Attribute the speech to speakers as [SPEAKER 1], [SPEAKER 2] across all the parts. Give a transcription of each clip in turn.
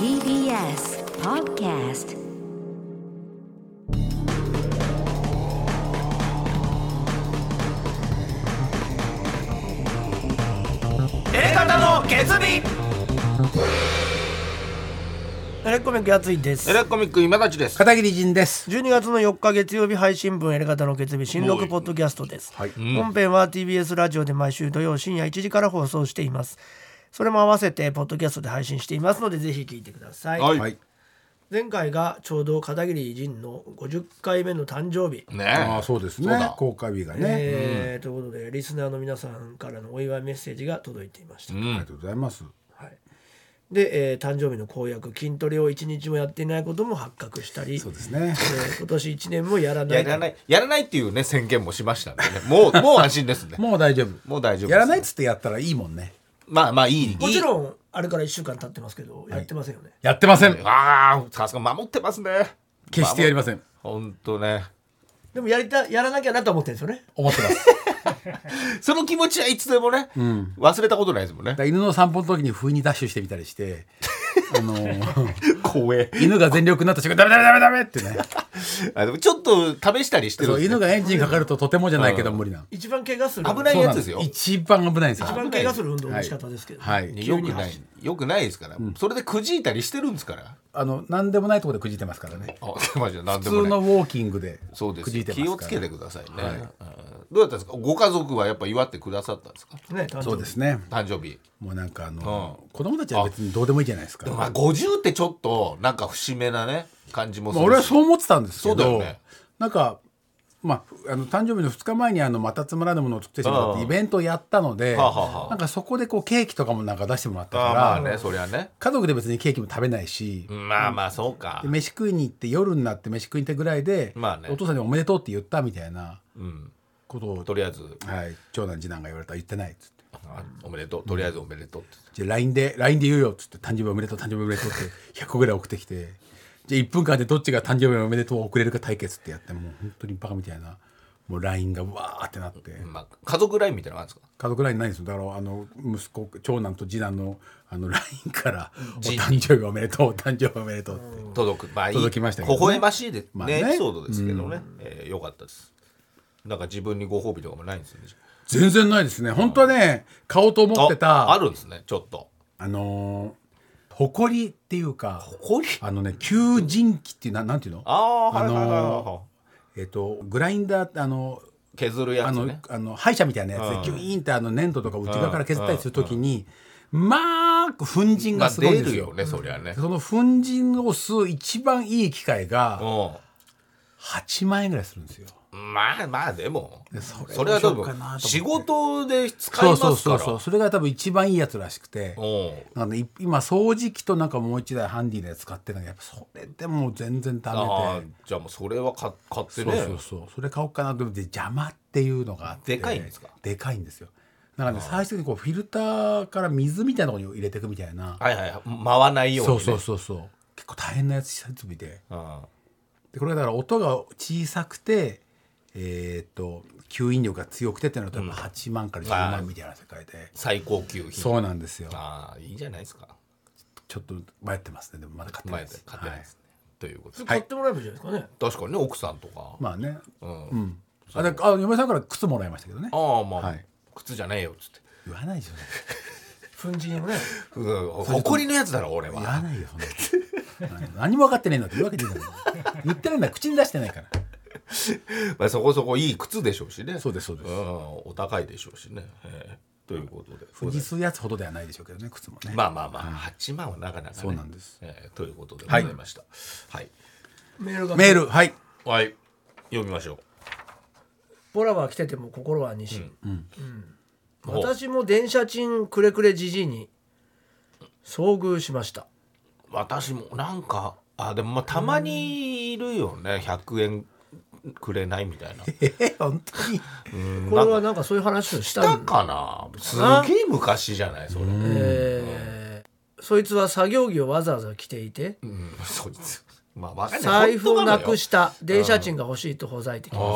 [SPEAKER 1] TBS Podcast
[SPEAKER 2] エレカタの決意
[SPEAKER 3] エレコミックやついです
[SPEAKER 2] エレコミック今立ちです
[SPEAKER 4] 片桐仁です。
[SPEAKER 3] 12月の4日月曜日配信分エレガタの決日新録ポッドキャストです、
[SPEAKER 4] はい
[SPEAKER 2] ん
[SPEAKER 3] 本編は TBS ラジオで毎週土曜深夜1時から放送していますそれも合わせてポッドキャストで配信していますのでぜひ聞いてください、
[SPEAKER 2] はい
[SPEAKER 4] はい。
[SPEAKER 3] 前回がちょうど片桐仁の50回目の誕生日、
[SPEAKER 4] あ
[SPEAKER 2] ね
[SPEAKER 4] あ、そうです
[SPEAKER 2] そう
[SPEAKER 4] ね
[SPEAKER 2] だ。
[SPEAKER 4] 公開日がね。
[SPEAKER 3] えーということでリスナーの皆さんからのお祝いメッセージが届いていました、
[SPEAKER 2] う
[SPEAKER 4] あり
[SPEAKER 2] ん
[SPEAKER 4] がとうございます。
[SPEAKER 3] はい、で、えー誕生日の公約筋トレを1日もやっていないことも発覚したり
[SPEAKER 4] そうですね。
[SPEAKER 3] えー今年1年もやらない
[SPEAKER 2] やらないやらないっていうね宣言もしましたんでねもうもう 安心ですね
[SPEAKER 4] もう大丈夫。
[SPEAKER 2] もう大丈夫です
[SPEAKER 4] やらないっつってやったらいいもんね。
[SPEAKER 2] まあまあいいいい
[SPEAKER 3] もちろんあれから1週間経ってますけど、やってませんよね
[SPEAKER 4] やってません。
[SPEAKER 2] ああさすが守ってますね
[SPEAKER 4] 決してやりません。
[SPEAKER 2] 本当ね
[SPEAKER 3] でもやりたやらなきゃなと思ってるんですよね
[SPEAKER 4] 思って ます。
[SPEAKER 2] その気持ちはいつでもね、忘れたことないですもんね
[SPEAKER 4] だから犬の散歩の時に不意にダッシュしてみたり して、あのー
[SPEAKER 2] 怖え
[SPEAKER 4] 犬が全力になった瞬間ダメダメダメダメってね。
[SPEAKER 2] あでもちょっと試したりしてる
[SPEAKER 4] そ
[SPEAKER 2] ん
[SPEAKER 4] う
[SPEAKER 2] ですね
[SPEAKER 4] 犬がエンジンかかるととてもじゃないけど無理なの。
[SPEAKER 3] 一番怪我する
[SPEAKER 2] 危ない
[SPEAKER 4] そう
[SPEAKER 2] や
[SPEAKER 4] な
[SPEAKER 2] つ
[SPEAKER 4] ん
[SPEAKER 2] ですよ
[SPEAKER 4] 一番危ないんですよ
[SPEAKER 3] 一。番怪我する運動の仕方ですけど、
[SPEAKER 4] はい。
[SPEAKER 2] ねよくないよくないですから、それでくじいたりしてるんですから
[SPEAKER 4] あの何でもないところでくじいてますからね。
[SPEAKER 2] あ マジで何で
[SPEAKER 4] 普
[SPEAKER 2] もない
[SPEAKER 4] 通のウォーキングで
[SPEAKER 2] そうです
[SPEAKER 4] くじいてます
[SPEAKER 2] 気
[SPEAKER 4] から。
[SPEAKER 2] をつけてくださいね、うんどうだったんですかご家族はやっぱ祝ってくださったんですか
[SPEAKER 3] ね誕生日
[SPEAKER 4] そうですね。
[SPEAKER 2] 誕生日
[SPEAKER 4] もうなんかあの、子供たちは別にどうでもいいじゃないですか。
[SPEAKER 2] まあ50ってちょっとなんか節目なね感じもす
[SPEAKER 4] まあ、
[SPEAKER 2] るし
[SPEAKER 4] 俺はそう思ってたんですけ
[SPEAKER 2] そうだよ
[SPEAKER 4] ど、
[SPEAKER 2] ね
[SPEAKER 4] なんか、まあ、あの誕生日の2日前にあのまたつまらぬものを作ってしまったってイベントをやったので、
[SPEAKER 2] はあはあはあ
[SPEAKER 4] なんかそこでこうケーキとかもなんか出してもらった
[SPEAKER 2] ああま
[SPEAKER 4] か
[SPEAKER 2] あ
[SPEAKER 4] ら、
[SPEAKER 2] ねそりゃね
[SPEAKER 4] 家族で別にケーキも食べないし、
[SPEAKER 2] まあまあそうか
[SPEAKER 4] で飯食いに行って夜になって飯食いに行ってぐらいで、
[SPEAKER 2] まあね
[SPEAKER 4] お父さんにおめでとうって言ったみたいなことを、
[SPEAKER 2] とりあえず
[SPEAKER 4] はい、長男次男が言われたら言ってないっつって。
[SPEAKER 2] あおめでとうとりあえずおめでとうって
[SPEAKER 4] じゃあ LINE で LINE で言うよっつって誕生日おめでとう誕生日おめでとうって100個ぐらい送ってきてじゃあ1分間でどっちが誕生日おめでとうを送れるか対決ってやってもう本当にバカみたいなもう LINE がわーってなって
[SPEAKER 2] まあ家族ラインみたいなのがあるんですか
[SPEAKER 4] 家族 LINE ないんですよだからあの息子長男と次男のあの LINE から「お誕生日おめでとうお誕生日おめでとう」って
[SPEAKER 2] 届くまあいい
[SPEAKER 4] 届きましたけどね
[SPEAKER 2] 微笑ましいで、ね
[SPEAKER 4] まあね
[SPEAKER 2] エピソードですけどね、えーよかったですなんか自分にご褒美とかもないんですよね
[SPEAKER 4] 全然ないですね本当はね買おうと思ってた
[SPEAKER 2] ああ
[SPEAKER 4] あ
[SPEAKER 2] るんですねちょっと
[SPEAKER 4] のー誇りっていうか
[SPEAKER 2] 誇り
[SPEAKER 4] あのね求人期っていうななんていうの
[SPEAKER 2] ああはいはいはいはい、
[SPEAKER 4] あのえっとグラインダーってあの
[SPEAKER 2] 削るや
[SPEAKER 4] あ
[SPEAKER 2] つ
[SPEAKER 4] の、
[SPEAKER 2] ね
[SPEAKER 4] あの歯医者みたいなやつで、ギュイーンってあの粘土とか内側から削ったりするときに、まあ粉塵
[SPEAKER 2] ま
[SPEAKER 4] が
[SPEAKER 2] あ
[SPEAKER 4] すご
[SPEAKER 2] 出
[SPEAKER 4] いんです
[SPEAKER 2] る
[SPEAKER 4] よ,、
[SPEAKER 2] よねそりゃね
[SPEAKER 4] その粉塵を吸う一番いい機械が
[SPEAKER 2] う
[SPEAKER 4] 8万円ぐらいするんですよ。
[SPEAKER 2] んまあまあでも
[SPEAKER 4] それ
[SPEAKER 2] それは多
[SPEAKER 4] どうしようかなと思っ
[SPEAKER 2] 分
[SPEAKER 4] て
[SPEAKER 2] 仕事で使い
[SPEAKER 4] そ
[SPEAKER 2] ま
[SPEAKER 4] う
[SPEAKER 2] すか
[SPEAKER 4] そ
[SPEAKER 2] ら
[SPEAKER 4] うそうそうそれが多分一番いいやつらしくて
[SPEAKER 2] お
[SPEAKER 4] なんでい今掃除機となんかもう一台ハンディで使ってるのやっぱそれでもう全然ダ
[SPEAKER 2] あ
[SPEAKER 4] メ
[SPEAKER 2] ー
[SPEAKER 4] で
[SPEAKER 2] じゃあもうそれは買買って
[SPEAKER 4] そう
[SPEAKER 2] ね
[SPEAKER 4] そうそうそれ買おうかなと思って邪魔っていうのがあって
[SPEAKER 2] でかいんですか
[SPEAKER 4] でかいんですよだからね最終的にこうフィルターから水みたいなところに入れていくみたいな
[SPEAKER 2] はいはい回らないように、
[SPEAKER 4] そ
[SPEAKER 2] ね、
[SPEAKER 4] うそうそうそう結構大変なやつ設備で
[SPEAKER 2] うん
[SPEAKER 4] でこれがだから音が小さくてえーっと吸引力が強くてってなるとやっぱ8万から10万みたいな世界で、
[SPEAKER 2] 最高級品
[SPEAKER 4] そうなんですよ
[SPEAKER 2] ああいいじゃないですか
[SPEAKER 4] ちょっと迷ってますねでもまだ買ってない
[SPEAKER 2] 前
[SPEAKER 4] で
[SPEAKER 2] です買ってないですね、ということで
[SPEAKER 3] 買ってもらえばいいじゃないですかね、
[SPEAKER 2] 確かにね奥さんとか、
[SPEAKER 4] はい、まあね
[SPEAKER 2] うん
[SPEAKER 4] うんあだあ嫁さんから靴もらいましたけどね
[SPEAKER 2] ああまあ、
[SPEAKER 4] はい
[SPEAKER 2] 靴じゃねえよっつって
[SPEAKER 4] 言わないですよね
[SPEAKER 3] 粉塵をね
[SPEAKER 2] うん誇りのやつだろ俺
[SPEAKER 4] 言
[SPEAKER 2] は
[SPEAKER 4] わないよそ んな何何も分かってねえんだって言うわけない言ってないんだ口に出してないから
[SPEAKER 2] まあそこそこいい靴でしょうしね
[SPEAKER 4] そうですそうです
[SPEAKER 2] んお高いでしょうしね、ええということで
[SPEAKER 4] 富士数やつほどではないでしょうけどね靴もね、
[SPEAKER 2] まあまあまあ、8万はなかなか、ね、
[SPEAKER 4] そうなんです、
[SPEAKER 2] ええということでございましたはい、
[SPEAKER 3] メールが
[SPEAKER 4] メールはい
[SPEAKER 2] はい読みましょ
[SPEAKER 3] ボラは来てても心は西、
[SPEAKER 2] う
[SPEAKER 3] 私も電車賃くれくれじじいに遭遇しました
[SPEAKER 2] 私もなんかあでもまあたまにいるよね100円くれないみ たいな
[SPEAKER 4] えー、本当に
[SPEAKER 3] これはなんかそういう話をした
[SPEAKER 2] だ
[SPEAKER 3] ん
[SPEAKER 2] かなすげえ昔じゃないそれうん
[SPEAKER 3] えーそいつは作業着をわざわざ着ていて
[SPEAKER 2] そいつまあわかんない
[SPEAKER 3] 財布をなく
[SPEAKER 2] し
[SPEAKER 3] した電車賃が欲しいとほざいてきます
[SPEAKER 4] ああ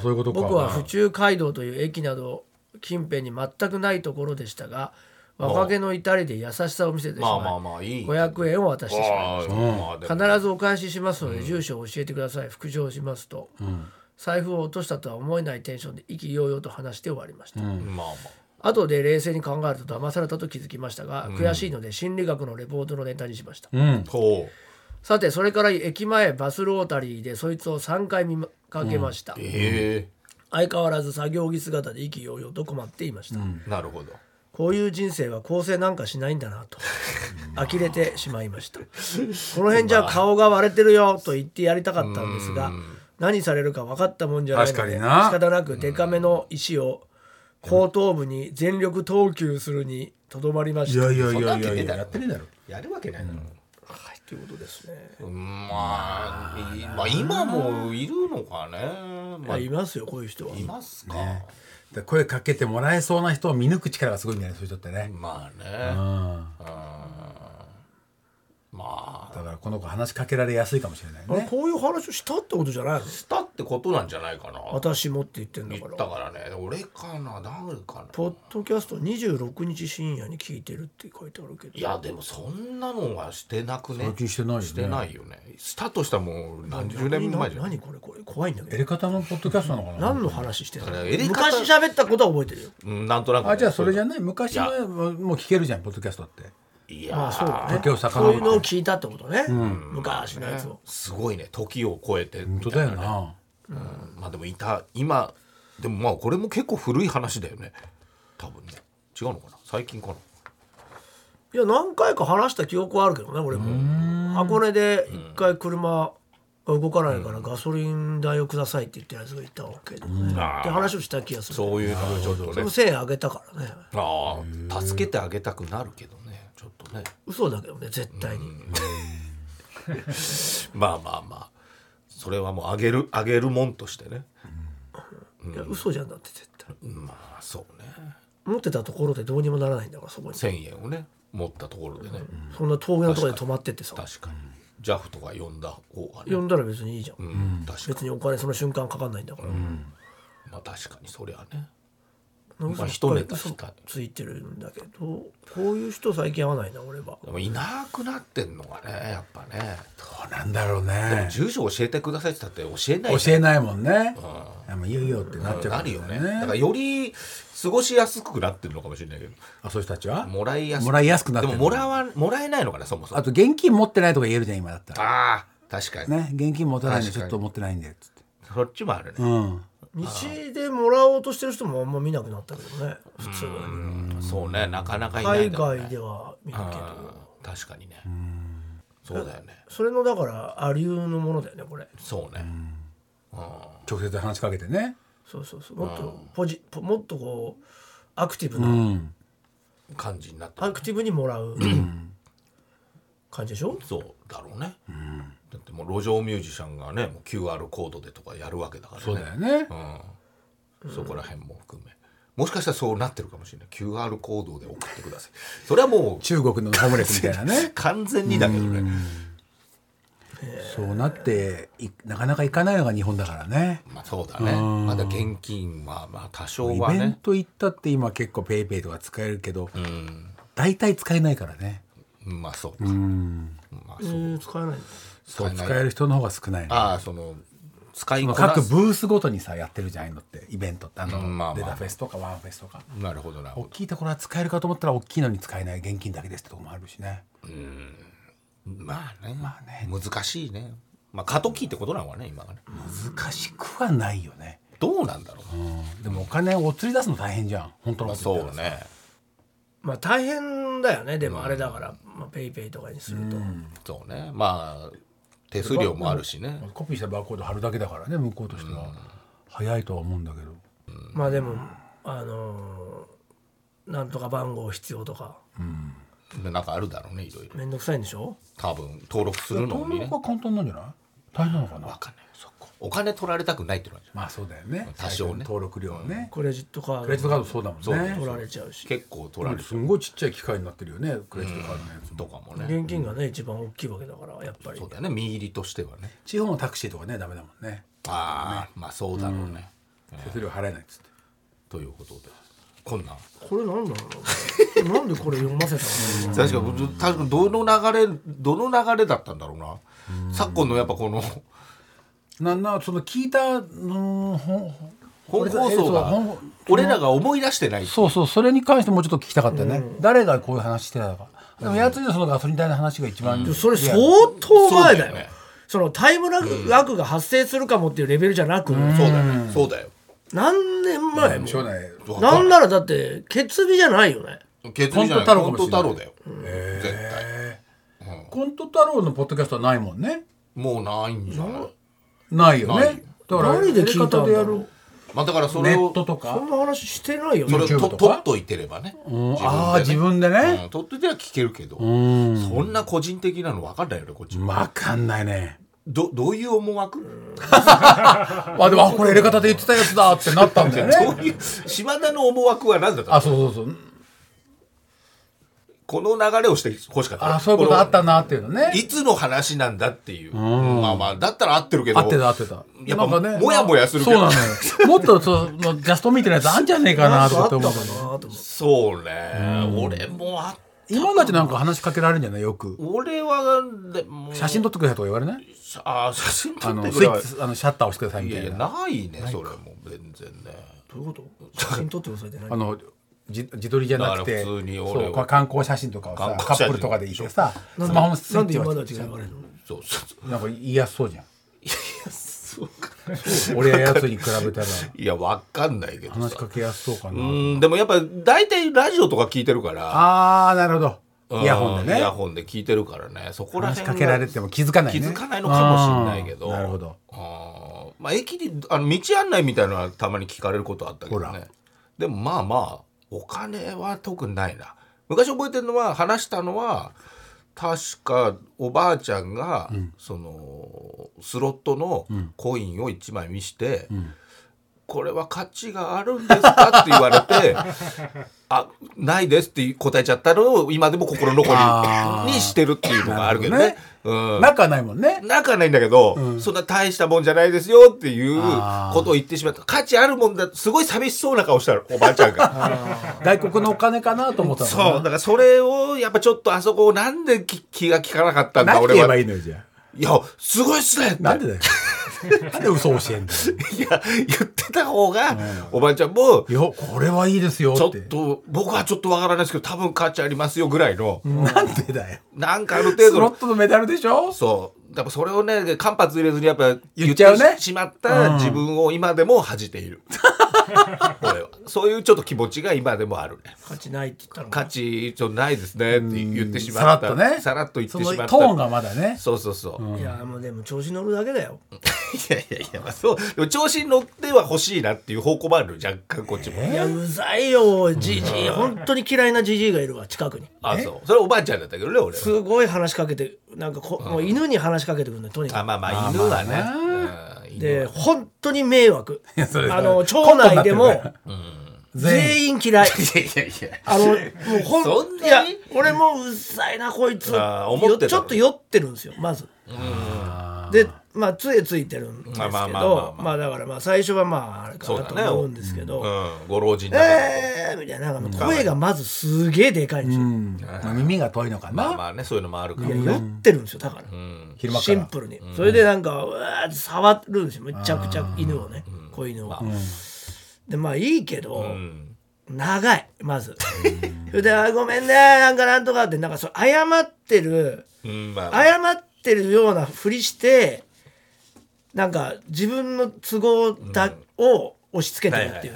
[SPEAKER 4] そういうことか
[SPEAKER 3] 僕は府中街道という駅など近辺に全くないところでしたが若気の至りで優しさを見せてしまい、
[SPEAKER 2] まあまあまあいい
[SPEAKER 3] 500円を渡してしまいまし
[SPEAKER 2] あーまあで
[SPEAKER 3] た
[SPEAKER 2] も
[SPEAKER 3] 必ずお返ししますので住所を教えてください復唱しますと、財布を落としたとは思えないテンションで意気揚々と話して終わりました、
[SPEAKER 2] まあ
[SPEAKER 3] 後で冷静に考えると騙されたと気づきましたが、悔しいので心理学のレポートのネタにしました、
[SPEAKER 2] まあほう
[SPEAKER 3] さてそれから駅前バスロータリーでそいつを3回見かけました、
[SPEAKER 2] え
[SPEAKER 3] 相変わらず作業着姿で意気揚々と困っていました、
[SPEAKER 2] えなるほど
[SPEAKER 3] こういう人生は構成なんかしないんだなと呆れてしまいま したこの辺じゃ顔が割れてるよと言ってやりたかったんですが何されるか分かったもんじゃないので
[SPEAKER 4] 確か
[SPEAKER 3] 仕
[SPEAKER 4] にな
[SPEAKER 3] 方なくデカめの石を後頭部に全力投球するにとどまりまし
[SPEAKER 4] い
[SPEAKER 3] た
[SPEAKER 4] やいやいやい
[SPEAKER 2] そんなわけ
[SPEAKER 4] や
[SPEAKER 2] ねえ
[SPEAKER 4] い
[SPEAKER 2] だろ
[SPEAKER 4] ややってねえだろ
[SPEAKER 2] やるわけないだろ
[SPEAKER 3] はいということですね
[SPEAKER 2] うんまあいまあ今もいるのかねま
[SPEAKER 3] ま
[SPEAKER 2] あ
[SPEAKER 3] あ
[SPEAKER 2] い
[SPEAKER 3] いますよこういう人は
[SPEAKER 2] ますか
[SPEAKER 4] で声かけてもらえそうな人を見抜く力がすごいんだよねそういう人ってね、
[SPEAKER 2] まあ
[SPEAKER 4] う
[SPEAKER 2] ね
[SPEAKER 4] ん、
[SPEAKER 2] まあ
[SPEAKER 4] だからこの子話しかけられやすいかもしれない
[SPEAKER 3] あれ
[SPEAKER 4] ね
[SPEAKER 3] こういう話をしたってことじゃないの
[SPEAKER 2] したってことなんじゃないかな
[SPEAKER 3] 私もって言ってんだ
[SPEAKER 2] 言
[SPEAKER 3] か
[SPEAKER 2] っ
[SPEAKER 3] ら
[SPEAKER 2] たからね俺かな誰かな
[SPEAKER 3] ポッドキャスト26日深夜に聞いてるって書いてあるけど
[SPEAKER 2] いやでもそんなのはしてなくね
[SPEAKER 4] 最近してないよね
[SPEAKER 2] してないよねしたとしたらもう何十年前じゃん
[SPEAKER 3] 何これこれ怖いんだけ
[SPEAKER 4] や
[SPEAKER 3] ど
[SPEAKER 4] り方のポッドキャストなのかな
[SPEAKER 3] 何の話してんの
[SPEAKER 2] だからエレカタ
[SPEAKER 3] 昔喋ったことは覚えてるよ
[SPEAKER 2] うんなんとなくね
[SPEAKER 4] あじゃあそれじゃない昔のもう聞けるじゃんポッドキャストって
[SPEAKER 2] いや
[SPEAKER 3] まあそうだね
[SPEAKER 4] 時を
[SPEAKER 3] そういうの
[SPEAKER 4] 遡
[SPEAKER 3] を
[SPEAKER 4] って
[SPEAKER 3] 聞いたってことね、昔のやつを、
[SPEAKER 2] すごいね時を超えて
[SPEAKER 4] 本当
[SPEAKER 2] み
[SPEAKER 4] だ
[SPEAKER 2] たい
[SPEAKER 4] よ
[SPEAKER 2] なね
[SPEAKER 4] な
[SPEAKER 2] うんまあでもいた今でもまあこれも結構古い話だよね多分ね違うのかな最近かない
[SPEAKER 3] や何回か話した記憶はあるけどね俺も箱根で一回車が動かないからガソリン代をくださいって言ったやつがいたわけでねって話をした気がする
[SPEAKER 2] そういうのもちょっと
[SPEAKER 3] で
[SPEAKER 2] ね
[SPEAKER 3] も1000円あげたからね
[SPEAKER 2] ああ助けてあげたくなるけどねちょっとね
[SPEAKER 3] 嘘だけどね絶対に、
[SPEAKER 2] まあまあまあそれはもうあげるあげるもんとしてね
[SPEAKER 3] いや嘘じゃんだって絶対
[SPEAKER 2] まあそうね
[SPEAKER 3] 持ってたところでどうにもならないんだからそこに
[SPEAKER 2] 1,000円をね持ったところでね
[SPEAKER 3] そんな峠のところで止まってってさ
[SPEAKER 2] 確かに JAF とか呼んだ方がね
[SPEAKER 3] 呼んだら別にいいじゃん、
[SPEAKER 2] うん確か
[SPEAKER 3] 別にお金その瞬間かかんないんだから、
[SPEAKER 2] にまあ確かにそりゃね
[SPEAKER 3] なん
[SPEAKER 2] まあ
[SPEAKER 3] か
[SPEAKER 2] 一ネタしたい
[SPEAKER 3] 嘘ついてるんだけどこういう人最近会わないな俺は
[SPEAKER 2] でもいなくなってんのがねやっぱね
[SPEAKER 4] どうなんだろうね
[SPEAKER 2] 住所教えてくださいって言ったって教えないじゃん
[SPEAKER 4] 教えないもんねあもういいよいいよってなっちゃう
[SPEAKER 2] な
[SPEAKER 4] か
[SPEAKER 2] るよ
[SPEAKER 4] もしれ
[SPEAKER 2] ね
[SPEAKER 4] ない
[SPEAKER 2] だからより過ごしやすくなってるのかもしれないけど
[SPEAKER 4] あそういう人たちは
[SPEAKER 2] もらいやす
[SPEAKER 4] もらいやすくなって
[SPEAKER 2] で
[SPEAKER 4] る
[SPEAKER 2] ももらわもらえないのかなそもそも
[SPEAKER 4] あと現金持ってないとか言えるじゃん今だったら
[SPEAKER 2] あー確かに、
[SPEAKER 4] ね現金持たないんで
[SPEAKER 2] 確
[SPEAKER 4] ち
[SPEAKER 2] か
[SPEAKER 4] ょっ
[SPEAKER 2] に
[SPEAKER 4] と持ってないんでっつって
[SPEAKER 2] そっちもあるね、
[SPEAKER 4] うん
[SPEAKER 3] 道でもらおうとしてる人もあんま見なくなったけどね普通は
[SPEAKER 2] そうねなかなかいない
[SPEAKER 3] 海
[SPEAKER 2] だろう
[SPEAKER 3] 外では見
[SPEAKER 2] ね
[SPEAKER 3] るけど
[SPEAKER 2] うん確かにねそうだよね
[SPEAKER 3] それのだからアリューのものだよねこれ
[SPEAKER 2] そうね
[SPEAKER 4] 直接話しかけてね
[SPEAKER 3] そうそうそうもっとポジポもっとこうアクティブな、
[SPEAKER 4] うん
[SPEAKER 2] 感じになって
[SPEAKER 3] ア
[SPEAKER 2] る
[SPEAKER 3] クティブにもらう感じでしょ
[SPEAKER 2] そうだろうね、だってもう路上ミュージシャンがねもう QR コードでとかやるわけだからね
[SPEAKER 4] そうだよね
[SPEAKER 2] うんそこら辺も含めもしかしたらそうなってるかもしれない QR コードで送ってくださいそれはもう
[SPEAKER 4] 中国のホームレスみたいなね
[SPEAKER 2] 完全にだけどね
[SPEAKER 4] そうなっていなかなか行かないのが日本だからね
[SPEAKER 2] まあそうだねまだ現金はまあ多少
[SPEAKER 4] イ
[SPEAKER 2] は
[SPEAKER 4] ベン
[SPEAKER 2] ね
[SPEAKER 4] ト行ったって今結構ペイペイとか使えるけど大体使えないからね
[SPEAKER 2] うんまあそうかまあ
[SPEAKER 3] え
[SPEAKER 2] そう
[SPEAKER 3] ー使えない
[SPEAKER 4] そう
[SPEAKER 2] 使
[SPEAKER 4] 使
[SPEAKER 2] えない
[SPEAKER 4] える人の方が少ないの
[SPEAKER 2] ああその使い
[SPEAKER 4] そ
[SPEAKER 2] こ
[SPEAKER 4] の
[SPEAKER 2] な
[SPEAKER 4] 各
[SPEAKER 2] す
[SPEAKER 4] ブースごとにさやってるじゃんああいうのってイベントってあの、
[SPEAKER 2] うんまあまあ
[SPEAKER 4] データフェスとかワンフェスとか
[SPEAKER 2] なるほどなるほ
[SPEAKER 4] 大
[SPEAKER 2] ど
[SPEAKER 4] きいところは使えるかと思ったら大きいのに使えない現金だけですってとこもあるしね
[SPEAKER 2] まあね
[SPEAKER 4] まあね
[SPEAKER 2] 難しいねまあ過渡期ってことなのかね今がね
[SPEAKER 4] 難しくはないよね、
[SPEAKER 2] どうなんだろう
[SPEAKER 4] うんでもお金をお釣り出すの大変じゃん本当の
[SPEAKER 2] まあ
[SPEAKER 4] こと
[SPEAKER 2] そ
[SPEAKER 4] 言っ
[SPEAKER 2] う
[SPEAKER 4] たらさ
[SPEAKER 2] ね
[SPEAKER 3] まあ大変だよねでもあれだから、まあ、ペイペイとかにすると、
[SPEAKER 2] そうねまあ手数料もあるしね
[SPEAKER 4] コピーしたバーコード貼るだけだからね向こうとしては、早いとは思うんだけど
[SPEAKER 3] まあでもあのーなんとか番号必要とか
[SPEAKER 2] でなんかあるだろうねいろいろ
[SPEAKER 3] めんどくさいんでしょ
[SPEAKER 2] 多分登録するの
[SPEAKER 4] 登
[SPEAKER 2] にね
[SPEAKER 4] 録は簡単なんじゃない大変なのかな
[SPEAKER 2] わかんないお金取られたくないってのはあるじゃん
[SPEAKER 4] まあそうだよね
[SPEAKER 2] 多少ね
[SPEAKER 4] 最初の登録料はね、
[SPEAKER 3] クレジットカー
[SPEAKER 4] クレジ
[SPEAKER 3] ド
[SPEAKER 4] ットカードそうだもんね
[SPEAKER 3] 取られちゃうし
[SPEAKER 2] 結構取られる
[SPEAKER 4] すんごいちっちゃい機械になってるよねクレジットカードのやつも
[SPEAKER 2] とかもね
[SPEAKER 3] 現金がね一番大きいわけだからやっぱり
[SPEAKER 2] そうだよね見入りとしてはね
[SPEAKER 4] 地方のタクシーとかねダメだもんね
[SPEAKER 2] ああまあそうだろうね
[SPEAKER 4] 手数料払えないっつって
[SPEAKER 2] ということでこんなん
[SPEAKER 3] これなんだろう ななんでこれ読ませたの
[SPEAKER 2] 確かに確かにどの流れどの流れだったんだろうな昨今のやっぱこ の
[SPEAKER 4] なんなその聞いたの本
[SPEAKER 2] 本放送が
[SPEAKER 4] 俺ら
[SPEAKER 2] 俺らが思い出してない
[SPEAKER 4] そうそうそれに関してもうちょっと聞きたかったね、誰がこういう話してたのかでもやつにはそのガソリン代の話が一番、
[SPEAKER 3] それ相当前だ
[SPEAKER 2] そうだ
[SPEAKER 3] よ
[SPEAKER 2] よ
[SPEAKER 3] そ
[SPEAKER 2] ね
[SPEAKER 3] のタイムラグが発生するかもっていうレベルじゃなく、
[SPEAKER 2] そうだよねそうだよ
[SPEAKER 3] 何年前も、
[SPEAKER 4] 初代
[SPEAKER 2] わか
[SPEAKER 3] なんならだって決日じゃないよね
[SPEAKER 2] 決意じゃないコ
[SPEAKER 4] コン
[SPEAKER 2] ン
[SPEAKER 4] ト
[SPEAKER 2] ト
[SPEAKER 4] 太
[SPEAKER 2] 太
[SPEAKER 4] 郎
[SPEAKER 2] 郎
[SPEAKER 4] かもしれない
[SPEAKER 2] だよ絶対
[SPEAKER 4] コント太郎のポッドキャストはないもんね
[SPEAKER 2] もうないんじゃない
[SPEAKER 4] ないよ
[SPEAKER 2] ない
[SPEAKER 4] ねだから
[SPEAKER 3] 何で聞いたんだろう
[SPEAKER 4] やり方でやる
[SPEAKER 2] まあだからそ
[SPEAKER 4] ネ
[SPEAKER 2] れ
[SPEAKER 4] ッ
[SPEAKER 2] を
[SPEAKER 4] トと
[SPEAKER 3] そんな
[SPEAKER 4] か
[SPEAKER 3] 話してないよ
[SPEAKER 2] そ
[SPEAKER 3] ね
[SPEAKER 2] れを
[SPEAKER 4] YouTube
[SPEAKER 2] と
[SPEAKER 4] と
[SPEAKER 2] 取
[SPEAKER 4] か
[SPEAKER 2] っといてればね
[SPEAKER 4] うんああ自分で
[SPEAKER 2] う
[SPEAKER 4] ね
[SPEAKER 2] ん取っといては聞けるけどそ
[SPEAKER 4] うん
[SPEAKER 2] んな個人的なの分かんないよねこっち
[SPEAKER 4] わかんないね
[SPEAKER 2] どどういう思惑
[SPEAKER 4] あでもあこれ入れ方で言ってたやつだってなったんだよ
[SPEAKER 2] ど
[SPEAKER 4] ね
[SPEAKER 2] ういう島田の思惑は何だったの
[SPEAKER 4] あそうそうそう
[SPEAKER 2] この流れをしてほしかった
[SPEAKER 4] あそういうことあったなっていうのね
[SPEAKER 2] いつの話なんだっていう。まあまあ、だったら合ってるけど。
[SPEAKER 4] 合ってた合ってた
[SPEAKER 2] やっぱもやもやするけ
[SPEAKER 4] そう
[SPEAKER 2] ど
[SPEAKER 4] なの よもっとそうジャストミートのやつあんじゃねえかな
[SPEAKER 3] あ
[SPEAKER 4] と
[SPEAKER 3] そうあ
[SPEAKER 4] か
[SPEAKER 3] っ
[SPEAKER 4] って
[SPEAKER 3] たかな
[SPEAKER 4] 思うのよ
[SPEAKER 3] と思って
[SPEAKER 2] そうね。俺もあ、
[SPEAKER 4] 今だってなんか話しかけられるんじゃないよく
[SPEAKER 2] 俺は、でも
[SPEAKER 4] 写真撮ってくれとか言われない
[SPEAKER 2] あ、写真撮
[SPEAKER 4] あ
[SPEAKER 2] っ
[SPEAKER 4] の
[SPEAKER 2] て
[SPEAKER 4] ス
[SPEAKER 2] く
[SPEAKER 4] イ
[SPEAKER 2] れは
[SPEAKER 4] ッチあのシャッター押してくださいみ
[SPEAKER 2] い
[SPEAKER 4] た
[SPEAKER 2] やい
[SPEAKER 4] い
[SPEAKER 2] や、
[SPEAKER 4] な
[SPEAKER 2] ないね、それも。全然ね。
[SPEAKER 3] どういうこと写真撮ってくださいって何
[SPEAKER 4] あの自自撮りじゃなく
[SPEAKER 2] だ
[SPEAKER 4] て
[SPEAKER 2] から普通に
[SPEAKER 4] そ
[SPEAKER 2] 俺
[SPEAKER 4] う
[SPEAKER 2] は
[SPEAKER 4] か観光写真とかをさ
[SPEAKER 2] 観光
[SPEAKER 4] カ
[SPEAKER 2] 写真
[SPEAKER 4] ップルとかでいてさ ス
[SPEAKER 3] なんで
[SPEAKER 4] マホのスイ
[SPEAKER 3] なん
[SPEAKER 4] ッ
[SPEAKER 3] で
[SPEAKER 4] チ
[SPEAKER 3] 今
[SPEAKER 4] は
[SPEAKER 3] だけ言われるの
[SPEAKER 2] そうそうそう。
[SPEAKER 4] なんか言いやすそうじゃん俺ややつに比べたら
[SPEAKER 2] いや、わかんないけど
[SPEAKER 4] 話し
[SPEAKER 2] さ。
[SPEAKER 4] かけやすそうか
[SPEAKER 2] う
[SPEAKER 4] な、
[SPEAKER 2] ん、でもやっぱ、大体ラジオとか聞いてるから。
[SPEAKER 4] あーなるほ
[SPEAKER 2] う
[SPEAKER 4] ど
[SPEAKER 2] ん
[SPEAKER 4] イヤホンで
[SPEAKER 2] イ
[SPEAKER 4] ね
[SPEAKER 2] ヤホンで聞いてるからね。そこら
[SPEAKER 4] 話
[SPEAKER 2] 辺
[SPEAKER 4] し
[SPEAKER 2] が
[SPEAKER 4] かけられても気づかない、ね、
[SPEAKER 2] 気づかないのかもしれないけど
[SPEAKER 4] あーなるほど
[SPEAKER 2] あーまあ駅にあの道案内みたいなのはたまに聞かれることあったけど
[SPEAKER 4] ほら
[SPEAKER 2] ねでもまあまあお金は特にないな昔覚えてるのは話したのは確かおばあちゃんが、そのスロットのコインを1枚見して、これは価値があるんですか?」って言われて「あないです」って答えちゃったのを今でも心残
[SPEAKER 4] あー
[SPEAKER 2] りにしてるっていうのがあるけど
[SPEAKER 4] な
[SPEAKER 2] ね。
[SPEAKER 4] る
[SPEAKER 2] うん、
[SPEAKER 4] 仲はないもんね
[SPEAKER 2] 仲はないんだけど、そんな大したもんじゃないですよっていう
[SPEAKER 4] あー
[SPEAKER 2] ことを言ってしまった価値あるもんだすごい寂しそうな顔したのおばあちゃん が
[SPEAKER 4] 外国のお金かなと思ったのか
[SPEAKER 2] そうだからそれをやっぱちょっとあそこをなんでき気が利かなかったん
[SPEAKER 4] な
[SPEAKER 2] だ
[SPEAKER 4] 何て
[SPEAKER 2] 俺
[SPEAKER 4] 言えば
[SPEAKER 2] はい
[SPEAKER 4] いのよじゃあ
[SPEAKER 2] いやすごいっすねって
[SPEAKER 4] なん でだよなんで嘘教えんだよ
[SPEAKER 2] いや言ってた方がおばあちゃんも
[SPEAKER 4] いやこれはいいですよ
[SPEAKER 2] ちょ
[SPEAKER 4] っ
[SPEAKER 2] ってと僕はちょっとわからないですけど多分価値ありますよぐらいの
[SPEAKER 4] なんでだよ
[SPEAKER 2] なんかある程
[SPEAKER 4] ス
[SPEAKER 2] 度
[SPEAKER 4] ロ
[SPEAKER 2] の
[SPEAKER 4] ットのメダルでしょ
[SPEAKER 2] そうだからそれをね間髪入れずにやっぱ
[SPEAKER 4] 言っちゃうね
[SPEAKER 2] てしまった自分を今でも恥じてい る、俺はそういうちょっと気持ちが今でもあるね
[SPEAKER 3] 価値ないって言ったの
[SPEAKER 2] 価
[SPEAKER 3] か
[SPEAKER 2] 値ちょっとないですねって言ってしまった
[SPEAKER 4] さらっとね
[SPEAKER 2] さらっと言って
[SPEAKER 4] そ
[SPEAKER 2] しま
[SPEAKER 4] の
[SPEAKER 2] った
[SPEAKER 4] トーンがまだね
[SPEAKER 2] そうそうそう、い
[SPEAKER 3] いやもうでも調子乗るだけだよ
[SPEAKER 2] やいやいや、まあ、そうでも調子に乗っては欲しいなっていう方向もある若干こっちも、
[SPEAKER 3] いやうざいよじじい本当に嫌いなじじいがいるわ近くに
[SPEAKER 2] あそうそれおばあちゃんだったけどね俺は
[SPEAKER 3] すごい話しかけてなんかこ、もう犬に話しかけてくるのとにか
[SPEAKER 2] あ
[SPEAKER 3] く
[SPEAKER 2] まあまあ犬はね、
[SPEAKER 4] まあ
[SPEAKER 2] うん犬
[SPEAKER 3] で本当に迷惑
[SPEAKER 4] やそれ
[SPEAKER 3] あの
[SPEAKER 4] それ
[SPEAKER 3] 町内で
[SPEAKER 4] コントに
[SPEAKER 3] も
[SPEAKER 4] なって全員
[SPEAKER 3] 全員 嫌い
[SPEAKER 2] いやいやいや
[SPEAKER 3] あ のもうほん
[SPEAKER 2] そんなに
[SPEAKER 3] いや俺もうっさいなこいつ
[SPEAKER 2] あー思ってたの
[SPEAKER 3] よちょっと酔ってるんですよまずでまあ杖ついてるんですけど
[SPEAKER 2] まあまあまあまあまあ
[SPEAKER 3] まあだからまあ最初はまああれか
[SPEAKER 2] そう
[SPEAKER 3] な
[SPEAKER 2] だ
[SPEAKER 3] と
[SPEAKER 2] ね
[SPEAKER 3] 思うんですけど、
[SPEAKER 2] うん、ご老人だから
[SPEAKER 3] えーみたいななんかもう声がまずすげえでかいんですよ、
[SPEAKER 4] うんまあ耳が遠いのか
[SPEAKER 2] まあ
[SPEAKER 4] な
[SPEAKER 2] まあねそういうのもあるから、
[SPEAKER 3] いや酔ってるんですよだから、
[SPEAKER 4] 昼間か
[SPEAKER 3] シン
[SPEAKER 4] ら
[SPEAKER 3] プルに、それでなんかうわーって触るんですよめちゃくちゃ犬をね子犬を、でまあいいけど、
[SPEAKER 2] うん
[SPEAKER 3] 長いまず それであ「ごめんねなんかなんとか」ってなんかそう謝ってる
[SPEAKER 2] うんまあ、
[SPEAKER 3] 謝ってるようなふりしてなんか自分の都合だ、を押し付けてるっていう